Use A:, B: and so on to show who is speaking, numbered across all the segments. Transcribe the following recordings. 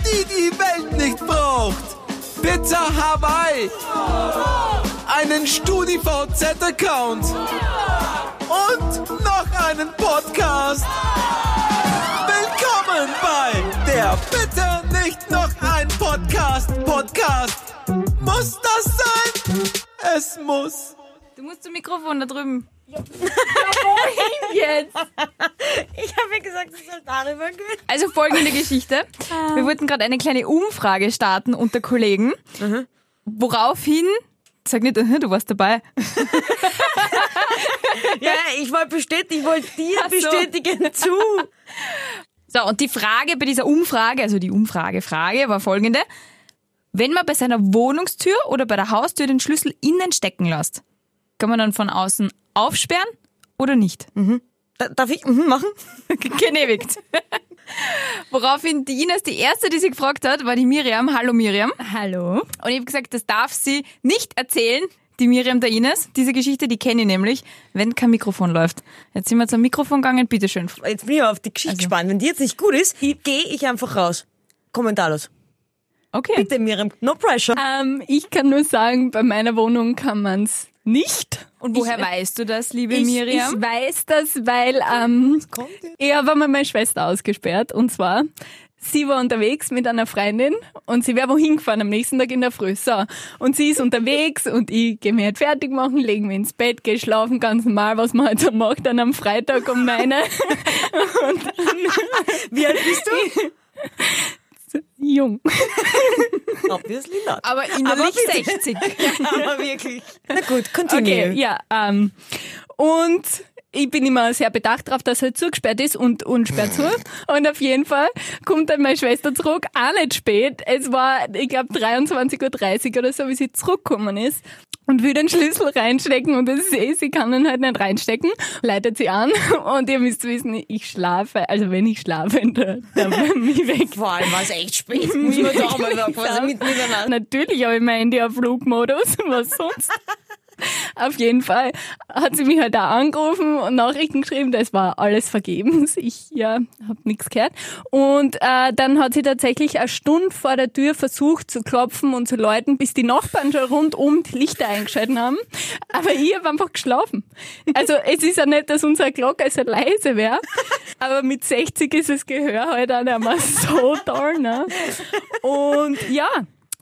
A: die die Welt nicht braucht. Pizza Hawaii. Einen StudiVZ-Account. Und noch einen Podcast. Willkommen bei der Bitte nicht noch ein Podcast. Podcast. Muss das sein? Es muss.
B: Du musst zum Mikrofon da drüben.
C: Ich habe mir gesagt, es soll darüber gehen.
B: Also folgende Geschichte. Wir wollten gerade eine kleine Umfrage starten unter Kollegen, woraufhin, sag nicht, aha, du warst dabei,
C: Ja, ich wollte bestätigen, ich wollte dir
B: Ach so.
C: bestätigen zu.
B: So, und die Frage bei dieser Umfrage, also die Umfrage-Frage war folgende. Wenn man bei seiner Wohnungstür oder bei der Haustür den Schlüssel innen stecken lässt, kann man dann von außen aufsperren oder nicht?
C: Da- Darf ich mhm, machen?
B: Genehmigt. Woraufhin die Ines die erste, die sie gefragt hat, war die Miriam. Hallo Miriam.
C: Hallo.
B: Und ich habe gesagt, das darf sie nicht erzählen, die Miriam der Ines. Diese Geschichte, die kenne ich nämlich, wenn kein Mikrofon läuft. Jetzt sind wir zum Mikrofon gegangen, bitteschön.
C: Jetzt bin ich auf die Geschichte gespannt. Wenn die jetzt nicht gut ist, gehe ich einfach raus. Kommentarlos.
B: Okay.
C: Bitte, Miriam, no pressure.
D: Ähm, ich kann nur sagen, bei meiner Wohnung kann man es nicht. äh,
B: Und woher weißt du das, liebe
D: Ich, ich
B: Miriam?
D: weiß das, weil ähm, er war mal meine Schwester ausgesperrt. Und zwar, sie war unterwegs mit einer Freundin und sie wäre wohin gefahren am nächsten Tag in der Früh. So, und sie ist unterwegs und ich gehe mir halt fertig machen, lege mich ins Bett, gehe schlafen, ganz normal, was man halt so macht, dann am Freitag um meine
C: Wie alt bist du?
D: Jung.
C: Obviously not.
B: Aber innerlich
C: Aber
B: 60.
C: Aber wirklich. Na gut,
D: Okay,
C: continue.
D: ja. Ähm, und ich bin immer sehr bedacht darauf, dass halt zugesperrt ist und unsperrt zu. Und auf jeden Fall kommt dann meine Schwester zurück, auch nicht spät. Es war, ich glaube, 23.30 Uhr oder so, wie sie zurückgekommen ist. Und will den Schlüssel reinstecken und das sehe ich, sie kann ihn halt nicht reinstecken, leitet sie an und ihr müsst wissen, ich schlafe, also wenn ich schlafe, dann bin ich weg.
C: Vor allem war es echt spät, muss man da auch mal sagen, quasi mit miteinander.
D: Natürlich habe ich mein Handy auf Flugmodus, was sonst? Auf jeden Fall hat sie mich halt da angerufen und Nachrichten geschrieben, das war alles vergebens. Ich ja, habe nichts gehört. Und äh, dann hat sie tatsächlich eine Stunde vor der Tür versucht zu klopfen und zu läuten, bis die Nachbarn schon rundum die Lichter eingeschalten haben. Aber ich habe einfach geschlafen. Also es ist ja nicht, dass unsere Glocke so leise wäre, aber mit 60 ist das Gehör halt auch nicht mehr so toll. Ne? Und ja,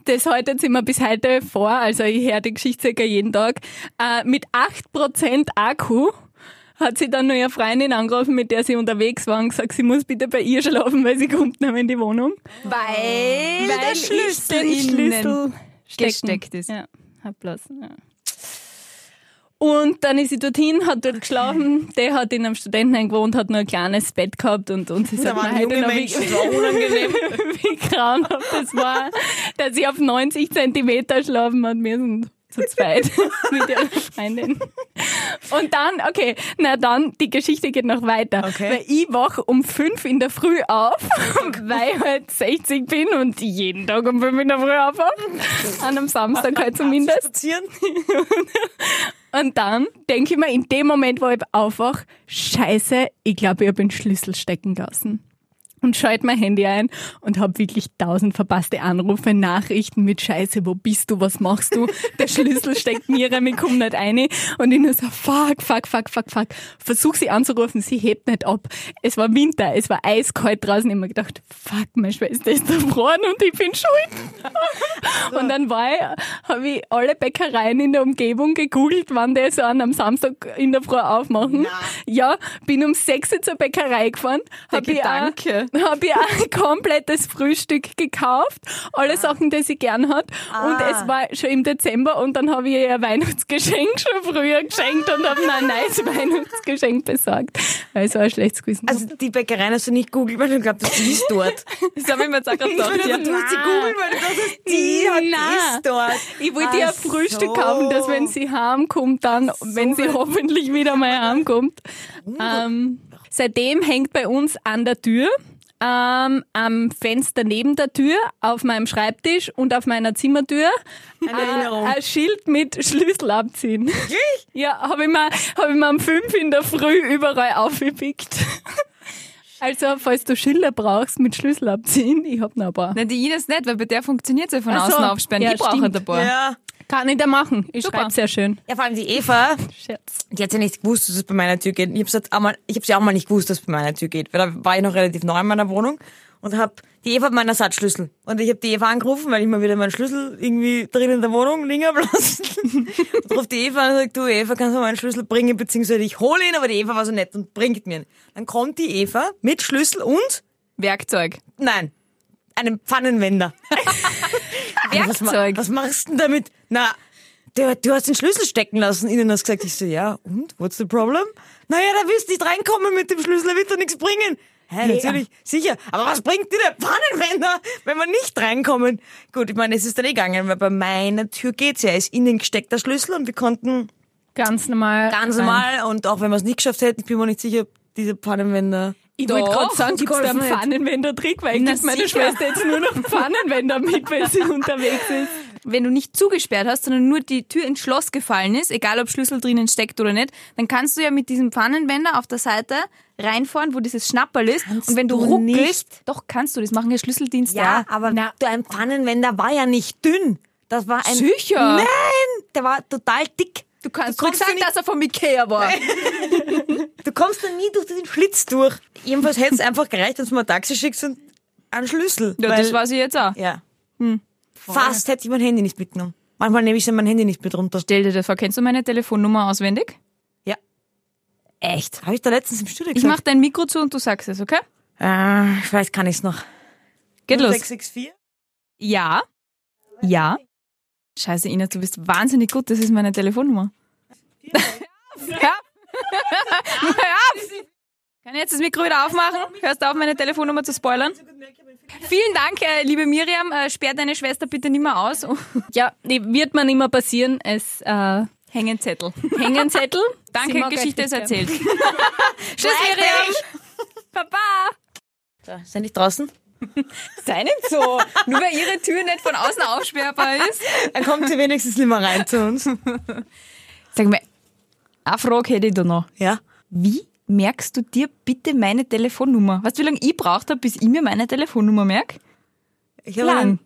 D: das haltet immer bis heute vor, also ich höre die Geschichte circa jeden Tag. Äh, mit 8% Akku hat sie dann noch ihre Freundin angerufen, mit der sie unterwegs war und gesagt, sie muss bitte bei ihr schlafen, weil sie kommt noch in die Wohnung.
B: Weil,
D: Weil
B: der
D: ich
B: Schlüssel
D: den
B: innen
D: Schlüssel stecken.
B: gesteckt ist.
D: Ja, hab lassen, ja. Und dann ist sie dorthin, hat dort geschlafen, der hat in einem Studentenheim gewohnt, hat nur ein kleines Bett gehabt und, und sie
C: Da
D: sagt, mir
C: waren
D: heute
C: junge
D: noch, wie-
C: Menschen, das war unangenehm.
D: wie grauenhaft das war, dass ich auf 90 Zentimeter schlafen hat müssen. Zu zweit mit ihrer Freundin. Und dann, okay, na dann, die Geschichte geht noch weiter.
C: Okay.
D: Weil ich wach um fünf in der Früh auf, weil ich halt 60 bin und jeden Tag um fünf in der Früh aufwache. An einem Samstag halt zumindest.
C: Spazieren?
D: Und dann denke ich mir in dem Moment, wo ich aufwach, scheiße, ich glaube, ich habe den Schlüssel stecken lassen. Und schalte mein Handy ein und habe wirklich tausend verpasste Anrufe, Nachrichten mit Scheiße, wo bist du, was machst du? Der Schlüssel steckt mir rein, ich komm nicht rein. Und ich nur so, fuck, fuck, fuck, fuck, fuck. Versuch sie anzurufen, sie hebt nicht ab. Es war Winter, es war eiskalt draußen. Ich hab mir gedacht, fuck, meine Schwester ist erfroren und ich bin schuld. Und dann war ich, habe ich alle Bäckereien in der Umgebung gegoogelt, wann der so an am Samstag in der Früh aufmachen. Ja, bin um 6 Uhr zur Bäckerei gefahren, habe ich,
B: Gedanke.
D: auch- hab ich auch ein komplettes Frühstück gekauft, alle
C: Ah.
D: Sachen, die sie gern hat. Und es war schon im Dezember und dann habe ich ihr ein Weihnachtsgeschenk schon früher geschenkt und habe mir ein neues Weihnachtsgeschenk besorgt. Also ein schlechtes Gewissen.
C: Also die Bäckerei hast du nicht googelt, weil du glaubst, die ist dort.
B: Das habe ich mir jetzt auch gerade gedacht.
C: Also,
B: Ja.
C: du hast sie googelt, weil du glaubst, die hat
D: Nein.
C: ist dort.
D: Ich wollte ihr
C: Ach
D: ein Frühstück
C: so.
D: kaufen, dass wenn sie heimkommt, dann, wenn sie hoffentlich wieder mal heimkommt. Ähm, seitdem hängt bei uns an der Tür, ähm, am Fenster neben der Tür, auf meinem Schreibtisch und auf meiner Zimmertür äh,
C: Eine Erinnerung.
D: ein Schild mit Schlüssel abziehen. Ja, habe ich, mir- hab ich mir um fünf in der Früh überall aufgepickt.
E: Also, falls du Schilder brauchst mit Schlüssel abziehen, ich hab noch ein paar.
D: Nein, die Ines nicht, weil bei der funktioniert ja von
E: Ach so.
D: außen aufsperren.
E: Ja,
D: ich brauche
E: stimmt.
D: halt ein paar.
C: Ja.
E: Kann ich da machen. Ich
D: Super.
E: schreibe sehr schön.
C: ja, vor allem die Eva,
E: Scherz.
C: die hat ja nicht gewusst, dass es bei meiner Tür geht. Ich hab's, halt einmal, ich hab's ja auch mal nicht gewusst, dass es bei meiner Tür geht, weil da war ich noch relativ neu in meiner Wohnung und hab die Eva hat meinen Ersatzschlüssel. Und ich hab die Eva angerufen, weil ich mal wieder meinen Schlüssel irgendwie drin in der Wohnung liegen hab lassen. und ruft die Eva an und sagt, du Eva, kannst du mir meinen Schlüssel bringen, beziehungsweise ich hole ihn, aber die Eva war so nett und bringt mir ihn. Dann kommt die Eva mit Schlüssel und,
D: Werkzeug.
C: nein, einem Pfannenwender. Was, ma-
D: Werkzeug.
C: was machst du denn damit? Na, du, du hast den Schlüssel stecken lassen. Ihnen hast gesagt, ich so, ja, und? What's the problem? Naja, da willst du nicht reinkommen mit dem Schlüssel, da wird doch nichts bringen. Hä, natürlich, sicher. Aber was bringt dir der Pfannenwender, wenn wir nicht reinkommen? Gut, ich meine, es ist dann eh gegangen, weil bei meiner Tür geht's ja. Er ist innen gesteckter Schlüssel und wir konnten
E: Ganz normal.
C: ganz normal und auch wenn wir es nicht geschafft hätten, ich bin mir nicht sicher, ob diese Pannenwender...
E: Ich wollte
D: Doch, um
E: gerade sagen, gibt's da einen
C: geholfen hat.
E: Pfannenwender-Trick, weil ich
D: Na,
E: gebe meiner
D: sicher.
E: Schwester jetzt nur noch Pfannenwender mit, wenn sie unterwegs ist.
D: Wenn du nicht zugesperrt hast, sondern nur die Tür ins Schloss gefallen ist, egal ob Schlüssel drinnen steckt oder nicht, dann kannst du ja mit diesem Pfannenwender auf der Seite reinfahren, wo dieses Schnapperl ist.
C: Kannst
D: und wenn du,
C: du
D: ruckelst, doch kannst du, das machen ja Schlüsseldienst
C: Ja,
D: da.
C: aber du, ein Pfannenwender war ja nicht dünn. Das war ein...
D: Sicher.
C: Nein, der war total dick.
D: Du kannst
C: Du
D: ruhig
C: kommst
D: sagen,
C: ja nicht-
D: dass er von Ikea war.
C: Du kommst dann nie durch den Schlitz durch. Jedenfalls hätte es einfach gereicht, dass du mir ein Taxi schickst und einen Schlüssel.
D: Ja,
C: weil,
D: das Hm. weiß ich jetzt auch.
C: Ja. Fast hätte ich mein Handy nicht mitgenommen. Manchmal nehme ich dann mein Handy nicht mit runter.
D: Stell dir das vor, kennst du meine Telefonnummer auswendig?
C: Ja.
D: Echt?
C: Habe ich da letztens im Studio
D: Ich
C: gesagt?
D: mach dein Mikro zu und du sagst es, okay?
C: Ich mach. Äh, vielleicht kann ich es noch.
D: Geht los.
C: 664?
D: Ja. Ja. Scheiße, Ina, du bist wahnsinnig gut. Das ist meine Telefonnummer. Hör auf. Hör auf. Kann ich jetzt das Mikro wieder aufmachen? Hörst du auf, meine Telefonnummer zu spoilern? Vielen Dank, äh, liebe Miriam. Äh, sperr deine Schwester bitte nicht mehr aus.
E: Ja, nee, wird man immer passieren. Es äh,
D: Hängen Zettel.
E: hängen Zettel. Sind
D: Danke,
E: wir
D: Geschichte ist
E: gleich mit
D: erzählt. Tschüss, Miriam. Baba.
C: Da, sind nicht draußen?
D: Sei nicht so. Nur weil ihre Tür nicht von außen aufsperrbar ist.
C: Dann kommt sie wenigstens nicht mehr rein zu uns.
D: Sag mal, eine Frage hätte ich da noch.
C: Ja.
D: Wie merkst du dir bitte meine Telefonnummer? Weißt du, wie lange ich braucht habe, bis ich mir meine Telefonnummer merke?
C: Ich habe,
D: Lang.
C: einen,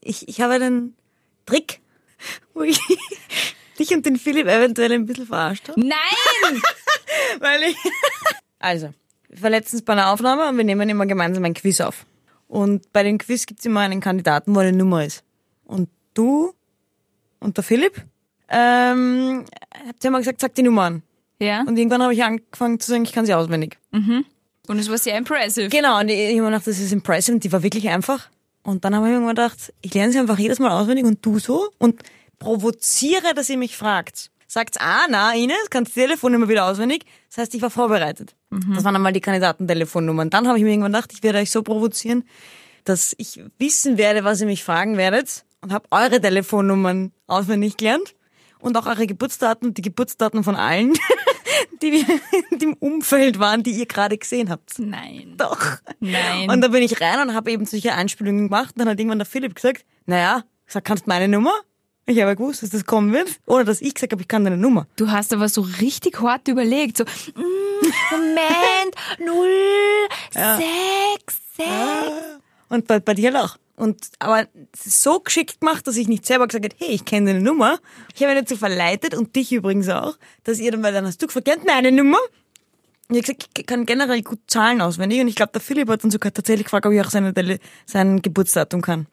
C: ich, ich habe einen Trick, wo ich dich und den Philipp eventuell ein bisschen verarscht habe.
D: Nein!
C: Weil ich. Also, ich war letztens bei einer Aufnahme und wir nehmen immer gemeinsam ein Quiz auf. Und bei dem Quiz gibt's immer einen Kandidaten, wo eine Nummer ist. Und du und der Philipp, ähm, habt ihr mal gesagt, sag die Nummer an.
D: Ja,
C: Und irgendwann habe ich angefangen zu sagen, ich kann sie auswendig.
D: und es war sehr impressive.
C: Genau, und ich ich habe mir gedacht, das ist impressive und die war wirklich einfach. Und dann habe ich mir irgendwann gedacht, ich lerne sie einfach jedes Mal auswendig und du so und provoziere, dass ihr mich fragt. Sagt, ah, na, Ines, kannst die Telefonnummer wieder auswendig. Das heißt, ich war vorbereitet. Das waren einmal die Kandidatentelefonnummern. Dann habe ich mir irgendwann gedacht, ich werde euch so provozieren, dass ich wissen werde, was ihr mich fragen werdet und habe eure Telefonnummern auswendig gelernt und auch eure Geburtsdaten und die Geburtsdaten von allen, die wir im Umfeld waren, die ihr gerade gesehen habt.
D: Nein.
C: Doch.
D: Nein.
C: Und da bin ich rein und habe eben solche Einspielungen gemacht. Und dann hat irgendwann der Philipp gesagt, naja, gesagt, kannst meine Nummer? Ich habe ja gewusst, dass das kommen wird. Oder dass ich gesagt habe, ich kann deine Nummer.
D: Du hast aber so richtig hart überlegt. So, mm, Moment, null, sechs, sechs.
C: Und bei, bei dir auch. Und, aber so geschickt gemacht, dass ich nicht selber gesagt habe, hey, ich kenne deine Nummer. Ich habe ihn dazu verleitet und dich übrigens auch, dass ihr dann, weil dann hast du gefragt, kennt meine Nummer? Und ich habe gesagt, ich kann generell gut Zahlen auswendig. Und ich glaube, der Philipp hat dann sogar tatsächlich gefragt, ob ich auch seine, Tele- sein Geburtsdatum kann.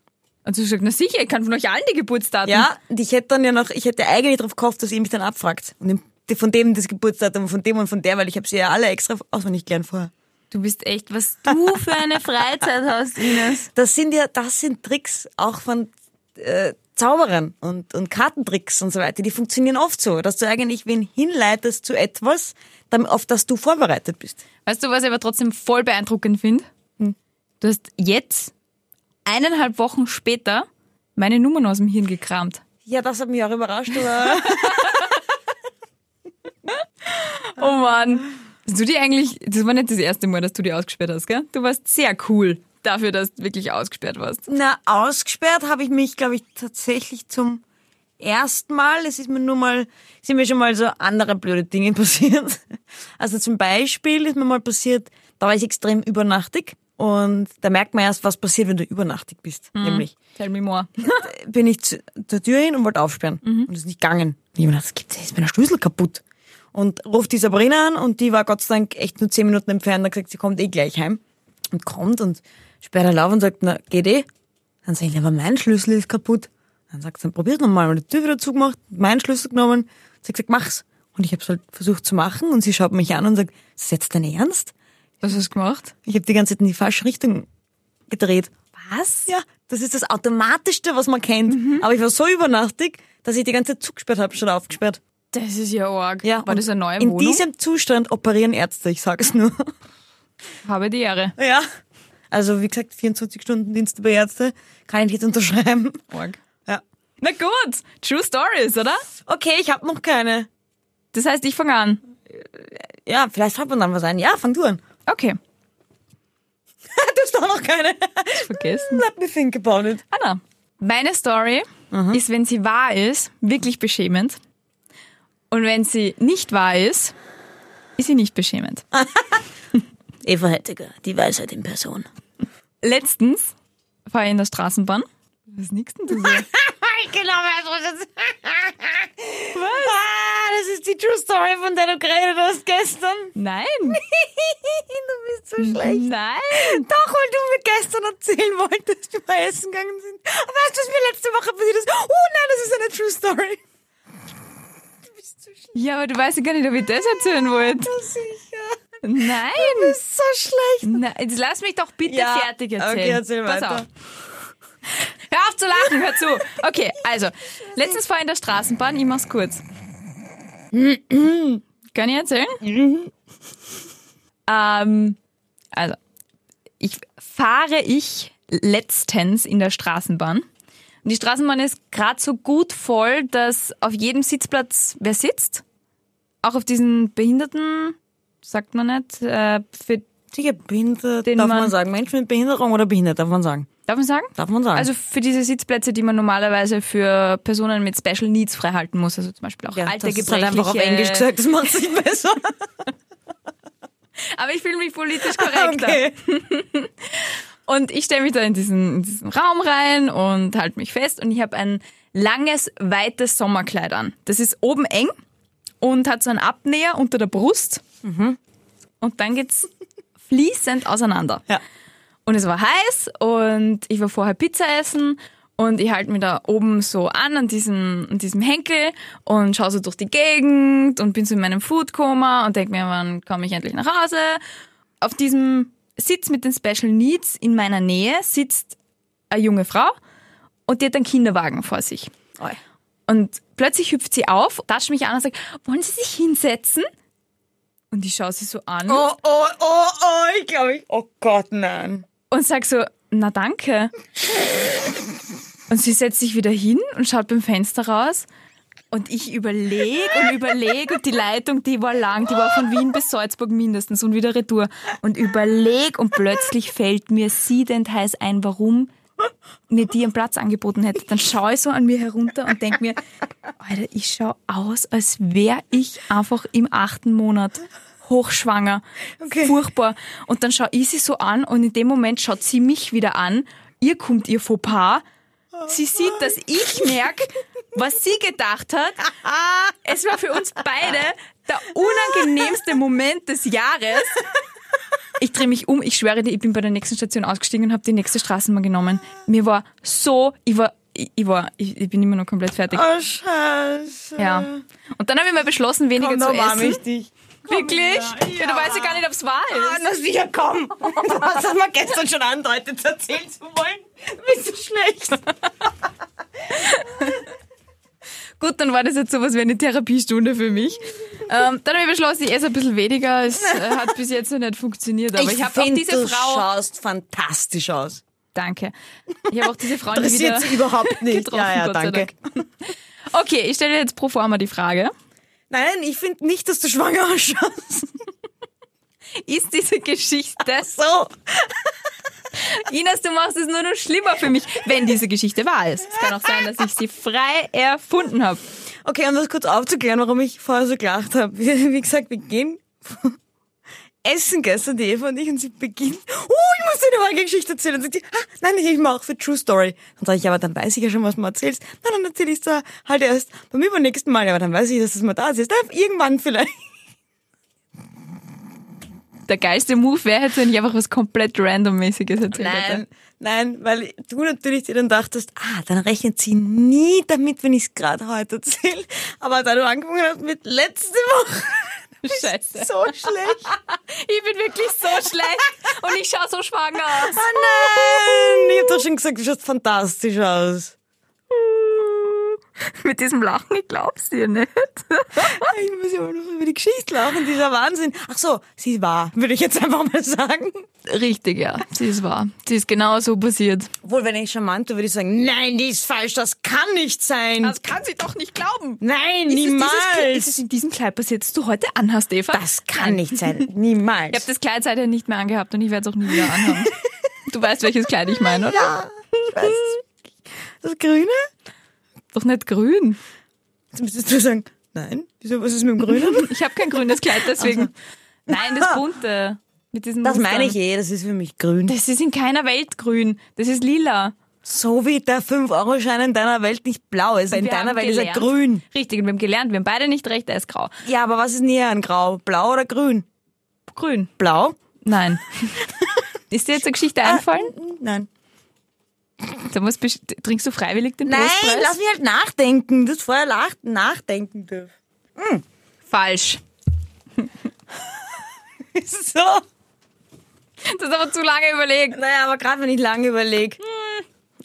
D: Und du sagst, na sicher, ich kann von euch allen die Geburtsdaten.
C: Ja, und ich hätte dann ja noch, ich hätte eigentlich darauf gehofft, dass ihr mich dann abfragt. Und im- von dem das Geburtsdatum, von dem und von der, weil ich habe sie ja alle extra auswendig gelernt vorher.
D: Du bist echt, was du für eine Freizeit hast, Ines.
C: Das sind ja, das sind Tricks auch von äh, Zauberern und, und Kartentricks und so weiter. Die funktionieren oft so, dass du eigentlich wen hinleitest zu etwas, dam- auf das du vorbereitet bist.
D: Weißt du, was ich aber trotzdem voll beeindruckend finde? Du hast jetzt, eineinhalb Wochen später, meine Nummern aus dem Hirn gekramt.
C: Ja, das hat mich auch überrascht. Aber
D: Oh Mann. Hast du die eigentlich, das war nicht das erste Mal, dass du die ausgesperrt hast, gell? Du warst sehr cool dafür, dass du wirklich ausgesperrt warst.
C: Na, ausgesperrt habe ich mich, glaube ich, tatsächlich zum ersten Mal. Es ist mir nur mal, sind mir schon mal so andere blöde Dinge passiert. Also zum Beispiel ist mir mal passiert, da Da war ich extrem übernachtig. Und da merkt man erst, was passiert, wenn du übernachtig bist. Nämlich
D: Tell me more.
C: bin ich zu, zur Tür hin und wollte aufsperren. Und es ist nicht gegangen. Und ich hab mir gedacht, das gibt's ja, jetzt ist mir der Schlüssel kaputt. Und ruft die Sabrina an und die war Gott sei Dank echt nur zehn Minuten entfernt und hat gesagt, sie kommt eh gleich heim. Und kommt und sperrt halt auf und sagt, na, geht eh. Dann sage ich, aber mein Schlüssel ist kaputt. Dann sagt sie, dann probier's nochmal. Und die Tür wieder zugemacht, meinen Schlüssel genommen. Sie hat gesagt, mach's. Und ich habe es halt versucht zu machen und sie schaut mich an und sagt, ist das jetzt dein Ernst?
D: Was hast du gemacht?
C: Ich habe die ganze Zeit in die falsche Richtung gedreht.
D: Was?
C: Ja, das ist das Automatischste, was man kennt. Aber ich war so übernachtig, dass ich die ganze Zeit zugesperrt habe, statt aufgesperrt.
D: Das ist ja arg.
C: Ja,
D: War
C: und
D: das eine neue
C: In
D: Wohnung?
C: diesem Zustand operieren Ärzte, ich sag's nur.
D: Habe die Ehre.
C: ja. Also wie gesagt, 24 Stunden Dienste bei Ärzte kann ich jetzt unterschreiben.
D: Arg.
C: Ja.
D: Na gut, True Stories, oder?
C: Okay, ich habe noch keine.
D: Das heißt, ich fange an.
C: Ja, vielleicht hat man dann was ein. Ja, fang du an.
D: Okay,
C: Du hast auch noch keine.
D: vergessen.
C: Let me think about it.
D: Anna, Genau. meine Story ist, wenn sie wahr ist, wirklich beschämend. Und wenn sie nicht wahr ist, ist sie nicht beschämend.
C: Ah. Eva Hettiger, die Weisheit in Person.
D: Letztens war ich in der Straßenbahn. Was nickst denn du so?
C: Genau, was ist das? Ah, das ist die True Story, von der du geredet hast gestern.
D: Nein,
C: du bist so schlecht.
D: nein.
C: Doch, weil du mir gestern erzählen wolltest, wie wir essen gegangen sind. Aber Weißt du, was mir letzte Woche passiert ist? Oh nein, das ist eine True Story.
D: Ja, aber du weißt ja gar nicht, ob ich das erzählen wollte.
C: Sicher.
D: Nein,
C: Das ist so schlecht.
D: nein. Jetzt lass mich doch bitte
C: Ja,
D: fertig erzählen.
C: okay, erzähl
D: Pass
C: weiter.
D: auf. Hör auf zu lachen, hör zu. Okay, also, letztens war ich in der Straßenbahn, ich mach's kurz. Kann ich erzählen? ähm, also, ich fahre ich letztens in der Straßenbahn. Und die Straßenbahn ist gerade so gut voll, dass auf jedem Sitzplatz wer sitzt. Auch auf diesen Behinderten, sagt man nicht, äh, für,
C: Sicher, behindert
D: Den
C: darf
D: Mann-
C: man sagen. Menschen mit Behinderung oder behindert, darf man sagen.
D: darf man sagen?
C: Darf man sagen.
D: Also für diese Sitzplätze, die man normalerweise für Personen mit Special Needs freihalten muss, also zum Beispiel auch
C: ja,
D: alte,
C: das ist halt
D: gebrechliche.
C: einfach auf Englisch gesagt, das macht sich besser.
D: Aber ich fühle mich politisch korrekter. Und ich stelle mich da in diesen, in diesen Raum rein und halte mich fest und ich habe ein langes, weites Sommerkleid an. Das ist oben eng und hat so einen Abnäher unter der Brust.
C: Mhm.
D: Und dann geht's fließend auseinander.
C: Ja.
D: Und es war heiß und ich war vorher Pizza essen und ich halte mich da oben so an, an diesem, an diesem Henkel und schaue so durch die Gegend und bin so in meinem Foodkoma und denke mir, wann komme ich endlich nach Hause? Auf diesem Sitz mit den Special Needs in meiner Nähe sitzt eine junge Frau und die hat einen Kinderwagen vor sich.
C: Oi.
D: Und plötzlich hüpft sie auf, tascht mich an und sagt, wollen Sie sich hinsetzen? Und ich schaue sie so an
C: Oh, oh, oh, oh, ich glaube ich. Oh Gott, nein.
D: und sag so, na danke. Und sie setzt sich wieder hin und schaut beim Fenster raus. Und ich überlege und überlege und die Leitung, die war lang, die war von Wien bis Salzburg mindestens und wieder retour. Und überlege und plötzlich fällt mir siedend heiß ein, warum mir die einen Platz angeboten hätte. Dann schaue ich so an mir herunter und denke mir, Alter, ich schaue aus, als wäre ich einfach im achten Monat hochschwanger.
C: Okay.
D: Furchtbar. Und dann schaue ich sie so an und in dem Moment schaut sie mich wieder an. Ihr kommt ihr Fauxpas. Sie sieht, dass ich merke, was sie gedacht hat. Es war für uns beide der unangenehmste Moment des Jahres. Ich drehe mich um, ich schwöre dir, ich bin bei der nächsten Station ausgestiegen und habe die nächste Straßenbahn genommen. Mir war so, ich war, ich, ich war, ich, ich bin immer noch komplett fertig.
C: Oh, scheiße.
D: Ja. Und dann habe ich mal beschlossen, weniger
C: Komm,
D: zu
C: da
D: essen.
C: umarme ich dich.
D: Wirklich? Ja, Du weißt ja Ah, gar nicht, ob es wahr ist.
C: anders wieder kommen. Du hast das mal gestern schon andeutet, erzählen zu wollen. Bist du schlecht?
D: Gut, dann war das jetzt sowas wie eine Therapiestunde für mich. Ähm, dann habe ich beschlossen, ich esse ein bisschen weniger. Es äh, hat bis jetzt noch nicht funktioniert. Aber ich, habe auch
C: find,
D: diese Frau.
C: Du schaust fantastisch aus.
D: Danke. Ich habe auch diese Frau nie wieder
C: Interessiert sie überhaupt nicht.
D: getroffen.
C: ja, ja,
D: Gott sei
C: danke.
D: Dank. Okay, ich stelle dir jetzt pro forma die Frage.
C: Nein, ich finde nicht, dass du schwanger ausschaust.
D: Ist diese Geschichte.
C: So.
D: Ines, du machst es nur noch schlimmer für mich, wenn diese Geschichte wahr ist. Es kann auch sein, dass ich sie frei erfunden habe.
C: Okay, um das kurz aufzuklären, warum ich vorher so gelacht habe. Wie, wie gesagt, wir gehen essen gestern, die Eva und ich, und sie beginnt, oh, ich muss dir eine wahre Geschichte erzählen. Und sagt die, ah, nein, ich mache für True Story. Dann sage ich, ja, aber dann weiß ich ja schon, was du mir erzählst. Nein, dann erzähl ich's da halt erst beim übernächsten Mal. Ja, aber dann weiß ich, dass du es mir da erzählst. Ah, Irgendwann vielleicht.
D: Der geilste Move wäre jetzt, wenn ich einfach was komplett randommäßiges erzählt hätte.
C: Nein, nein, weil du natürlich dir dann dachtest, ah, dann rechnet sie nie damit, wenn ich es gerade heute erzähle. Aber da du angefangen hast mit letzte Woche,
D: Scheiße.
C: so schlecht.
D: Ich bin wirklich so schlecht und ich schaue so schwanger aus.
C: Oh nein, ich hab doch schon gesagt, du schaust fantastisch aus.
D: Mit diesem Lachen, ich glaub's dir nicht.
C: Ich muss ja mal noch über die Geschichte lachen, dieser Wahnsinn. Ach so, sie war, würde ich jetzt einfach mal sagen.
D: Richtig, ja. Sie ist wahr. Sie ist genau so passiert.
C: Obwohl, wenn ich charmant wäre, würde ich sagen, nein, die ist falsch, das kann nicht sein.
D: kann sie doch nicht glauben.
C: nein,
D: Ist es, dieses Kleid-
C: niemals.
D: ist es in diesem Kleid passiert, das du heute anhast, Eva?
C: das kann nicht sein, niemals.
D: Ich habe das Kleid seither nicht mehr angehabt und ich werde es auch nie wieder anhaben. du weißt, welches Kleid ich meine, oder?
C: Ja, ich weiß. Das Grüne?
D: Doch nicht grün.
C: Jetzt müsstest du sagen, nein. Wieso, was ist mit dem Grünen?
D: Ich habe kein grünes Kleid, deswegen. Nein, das bunte. Mit diesen
C: Das
D: Mustern.
C: meine ich eh, das ist für mich grün.
D: Das ist in keiner Welt grün. Das ist lila.
C: So wie der 5-Euro-Schein in deiner Welt nicht blau ist, in
D: Wir
C: deiner
D: haben
C: Welt ist er
D: gelernt.
C: grün.
D: Richtig, und wir haben gelernt, wir haben beide nicht recht, er ist grau.
C: Ja, aber was ist näher an grau? Blau oder grün?
D: Grün.
C: Blau?
D: Nein. ist dir jetzt eine Geschichte
C: Ah.
D: einfallen?
C: Nein.
D: Da musst, best- trinkst du freiwillig den
C: Nein,
D: Trostpreis?
C: lass mich halt nachdenken. Du hast vorher lach- nachdenken dürfen.
D: Falsch.
C: So.
D: Das ist aber zu lange überlegt.
C: Naja, aber gerade wenn ich lange überlege.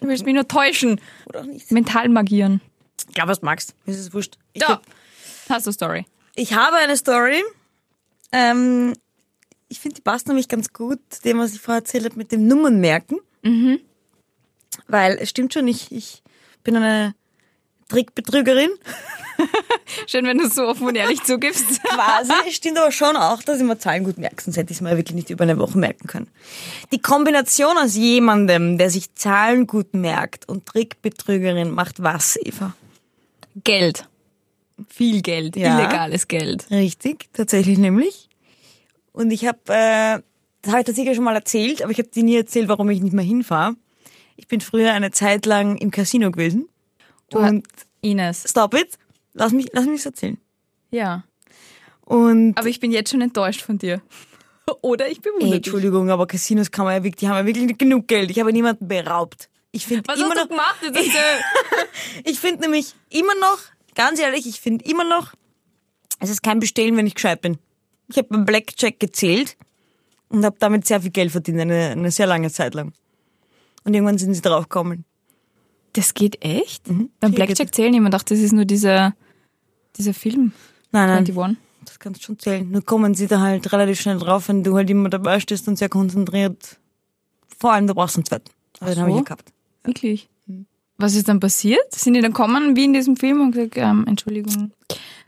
D: Du willst mich nur täuschen.
C: Oder auch nicht.
D: Mental magieren.
C: Ich glaube, was magst. Mir ist es wurscht. Ich,
D: Da.
C: glaub,
D: Hast du Story?
C: ich habe eine Story. Ähm, ich finde, die passt nämlich ganz gut zu dem, was ich vorher erzählt habe, mit dem Nummern merken. Mhm. Weil es stimmt schon, ich, ich bin eine Trickbetrügerin.
D: Schön, wenn du es so offen und ehrlich zugibst.
C: Quasi. Es stimmt aber schon auch, dass ich mir Zahlen gut merke, sonst hätte ich es mir wirklich nicht über eine Woche merken können. Die Kombination aus jemandem, der sich Zahlen gut merkt und Trickbetrügerin macht was, Eva?
D: Geld. Viel Geld.
C: Ja.
D: Illegales Geld.
C: Richtig, tatsächlich nämlich. Und ich habe, äh, das habe ich tatsächlich schon mal erzählt, aber ich habe dir nie erzählt, warum ich nicht mehr hinfahre. Ich bin früher eine Zeit lang im Casino gewesen. und
D: Ines.
C: stop it, lass mich, lass mich erzählen.
D: Ja.
C: Und
D: Aber ich bin jetzt schon enttäuscht von dir. Oder ich
C: Ey,
D: bewundere dich.
C: Entschuldigung, aber Casinos kann man ja wirklich, die haben ja wirklich nicht genug Geld. Ich habe niemanden beraubt. Ich finde
D: Was
C: immer
D: hast du
C: noch,
D: gemacht? Jetzt hast du
C: ich finde nämlich immer noch, ganz ehrlich, ich finde immer noch, es ist kein Bestellen, wenn ich gescheit bin. Ich habe beim Blackjack gezählt und habe damit sehr viel Geld verdient, eine, eine sehr lange Zeit lang. Und irgendwann sind sie draufgekommen.
D: Das geht echt? Beim
C: Mhm. Hier geht
D: Blackjack zählen jemand dachte, das ist nur dieser, dieser Film,
C: Nein, nein,
D: 21.
C: das kannst du schon zählen. Nur kommen sie da halt relativ schnell drauf, wenn du halt immer dabei stehst und sehr konzentriert. Vor allem, du brauchst einen zweiten. Aber den habe ich
D: so.
C: ja gehabt.
D: Wirklich?
C: Mhm.
D: Was ist dann passiert? Sind die dann kommen wie in diesem Film und gesagt, ähm, Entschuldigung,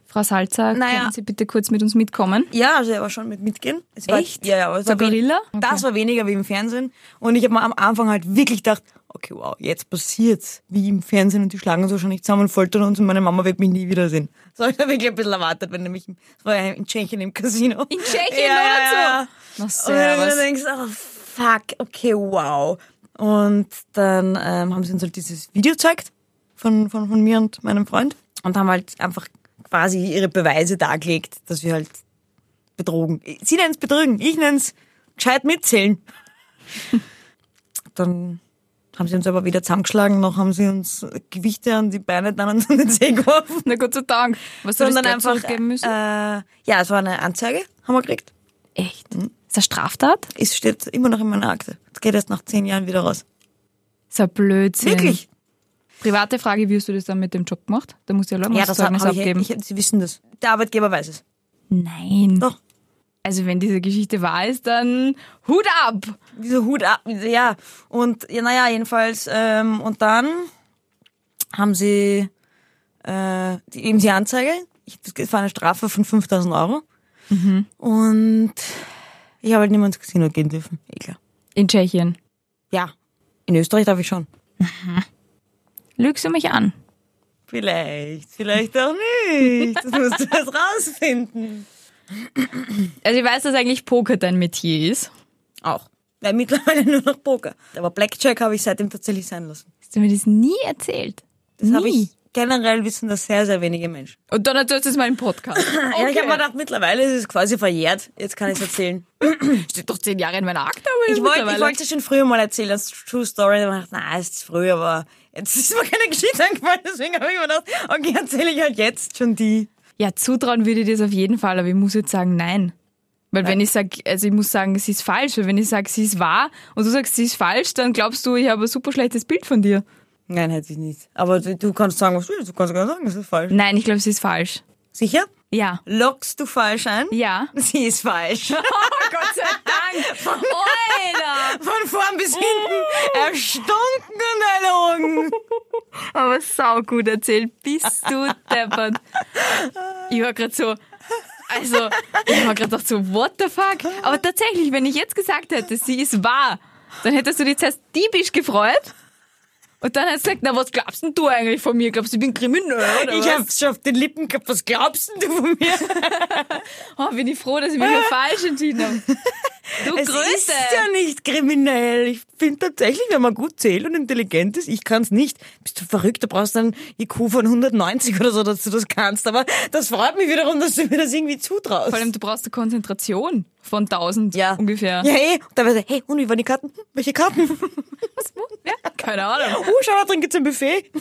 D: Frau Salzer,
C: Naja.
D: können Sie bitte kurz mit uns mitkommen?
C: Ja, also er war schon mit mitgehen. Es war,
D: Echt?
C: Ja, ja, aber es war
D: So Gorilla?
C: wen- Das war weniger wie im Fernsehen. Und ich habe mir am Anfang halt wirklich gedacht, okay, wow, jetzt passiert's wie im Fernsehen und die schlagen uns wahrscheinlich zusammen und foltern uns und meine Mama wird mich nie wiedersehen. So hab ich da wirklich ein bisschen erwartet, wenn nämlich im- es war ja in Tschechien im Casino.
D: In Tschechien
C: ja,
D: oder so?
C: Oh ja, ja.
D: Na
C: Und wenn du
D: servus.
C: denkst, oh fuck, okay, wow. Und dann ähm, haben sie uns halt dieses Video gezeigt von, von, von mir und meinem Freund und haben halt einfach quasi ihre Beweise dargelegt, dass wir halt betrogen. Sie nennen es betrügen, ich nenne es gescheit mitzählen. dann haben sie uns aber wieder zusammengeschlagen, noch haben sie uns Gewichte an die Beine, dann uns an den See geworfen
D: Na Gott sei Dank. Was soll das
C: sondern
D: Geld
C: einfach
D: zurückgeben müssen?
C: Äh, ja, es war eine Anzeige, haben wir gekriegt.
D: Echt? Ist das Straftat?
C: Es steht immer noch in meiner Akte. Es geht erst nach zehn Jahren wieder raus.
D: Ist ja Blödsinn.
C: Wirklich?
D: Private Frage, wie hast du das dann mit dem Job gemacht? Da musst du ja
C: hab-
D: Lehrmeisterzeugnis
C: hab
D: abgeben.
C: Ich, ich, Sie wissen das. Der Arbeitgeber weiß es.
D: Nein.
C: Doch.
D: Also wenn diese Geschichte wahr ist, dann Hut ab!
C: Diese Hut ab, ja. Und ja, naja, jedenfalls. Ähm, und dann haben sie äh, die, eben die Anzeige. Ich, das war eine Strafe von 5000 Euro. Mhm. Und ich habe halt nicht mehr ins Casino gehen dürfen. Eh klar.
D: In Tschechien.
C: Ja. In Österreich darf ich schon.
D: Lügst du mich an?
C: Vielleicht, vielleicht auch nicht. Das musst du erst rausfinden.
D: Also ich weiß, dass eigentlich Poker dein Metier ist.
C: Auch. Weil mittlerweile nur noch Poker. Aber Blackjack habe ich seitdem tatsächlich sein lassen.
D: Hast du mir das nie erzählt?
C: Das habe
D: Nie.
C: ich generell wissen das sehr, sehr wenige Menschen.
D: Und dann erzählst du es mal im Podcast.
C: Ja, ich habe mir gedacht, mittlerweile ist es quasi verjährt. Jetzt kann ich es erzählen.
D: Steht doch zehn Jahre in meiner Akte. aber ist
C: Ich wollte ich
D: mittlerweile-
C: wollte es schon früher mal erzählen, als True Story. Dann habe ich gedacht, na, es ist früh, aber jetzt ist mir keine Geschichte eingefallen. Deswegen habe ich mir gedacht, okay, erzähle ich halt jetzt schon die.
D: Ja, zutrauen würde ich das auf jeden Fall, aber ich muss jetzt sagen, nein. Weil wenn ich sage, also ich muss sagen, sie ist falsch, weil wenn ich sage, sie ist wahr und du sagst, sie ist falsch, dann glaubst du, ich habe ein super schlechtes Bild von dir.
C: Nein, hätte ich nicht. Aber du, du kannst sagen, was du willst. Du kannst gar nicht sagen, das ist falsch.
D: Nein, ich glaube, sie ist falsch.
C: Sicher?
D: Ja.
C: Lockst du falsch ein?
D: Ja.
C: Sie ist falsch.
D: Oh, Gott sei Dank. Alter.
C: Von vorn bis hinten
D: Oh.
C: erstunken und erlogen.
D: Aber saugut erzählt. Bist du deppert. Ich war gerade so... Also, ich war gerade noch so, what the fuck? Aber tatsächlich, wenn ich jetzt gesagt hätte, sie ist wahr, dann hättest du dich zuerst diebisch gefreut. Und dann hättest du gesagt, na, was glaubst denn du eigentlich von mir? Glaubst du, ich bin kriminell? Oder
C: Ich
D: was?
C: hab's schon auf den Lippen gehabt. Was glaubst denn du von mir?
D: Oh, bin ich froh, dass ich mich hier falsch entschieden habe. Du
C: Es ist
D: Größte.
C: ja nicht kriminell. Ich finde tatsächlich, wenn man gut zählt und intelligent ist, ich kann's nicht. Bist du verrückt? Du brauchst einen IQ von 190 oder so, dass du das kannst. Aber das freut mich wiederum, dass du mir das irgendwie zutraust.
D: Vor allem, du brauchst eine Konzentration von 1000
C: ja.
D: ungefähr.
C: Ja, eh. Und dann wäre hey, und wie waren die Karten? Hm, Welche Karten?
D: Ja, keine Ahnung.
C: Oh, schau, da drin gibt's ein Buffet.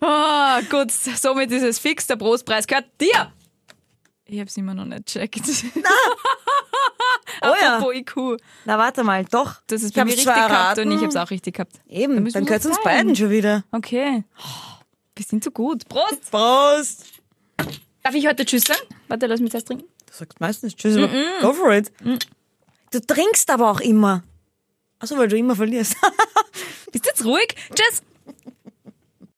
D: Ah, gut, somit ist es fix. Der Brotpreis gehört dir. Ich hab's immer noch nicht checkt.
C: Oh ja.
D: Apropos IQ.
C: Na, warte mal, doch.
D: Das ist
C: Ich
D: bei mir
C: hab's
D: richtig
C: zwar
D: gehabt
C: erraten.
D: und ich hab's auch richtig gehabt. Dann
C: Eben,
D: müssen
C: dann
D: wir
C: gehört uns
D: teilen.
C: beiden schon wieder.
D: Okay. Wir sind so gut. Prost!
C: Prost!
D: Darf ich heute Tschüss sagen? Warte, lass mich das trinken.
C: Du sagst meistens Tschüss, aber go for it. Du trinkst aber auch immer. Achso, Also, weil du immer verlierst.
D: Bist jetzt ruhig? Tschüss!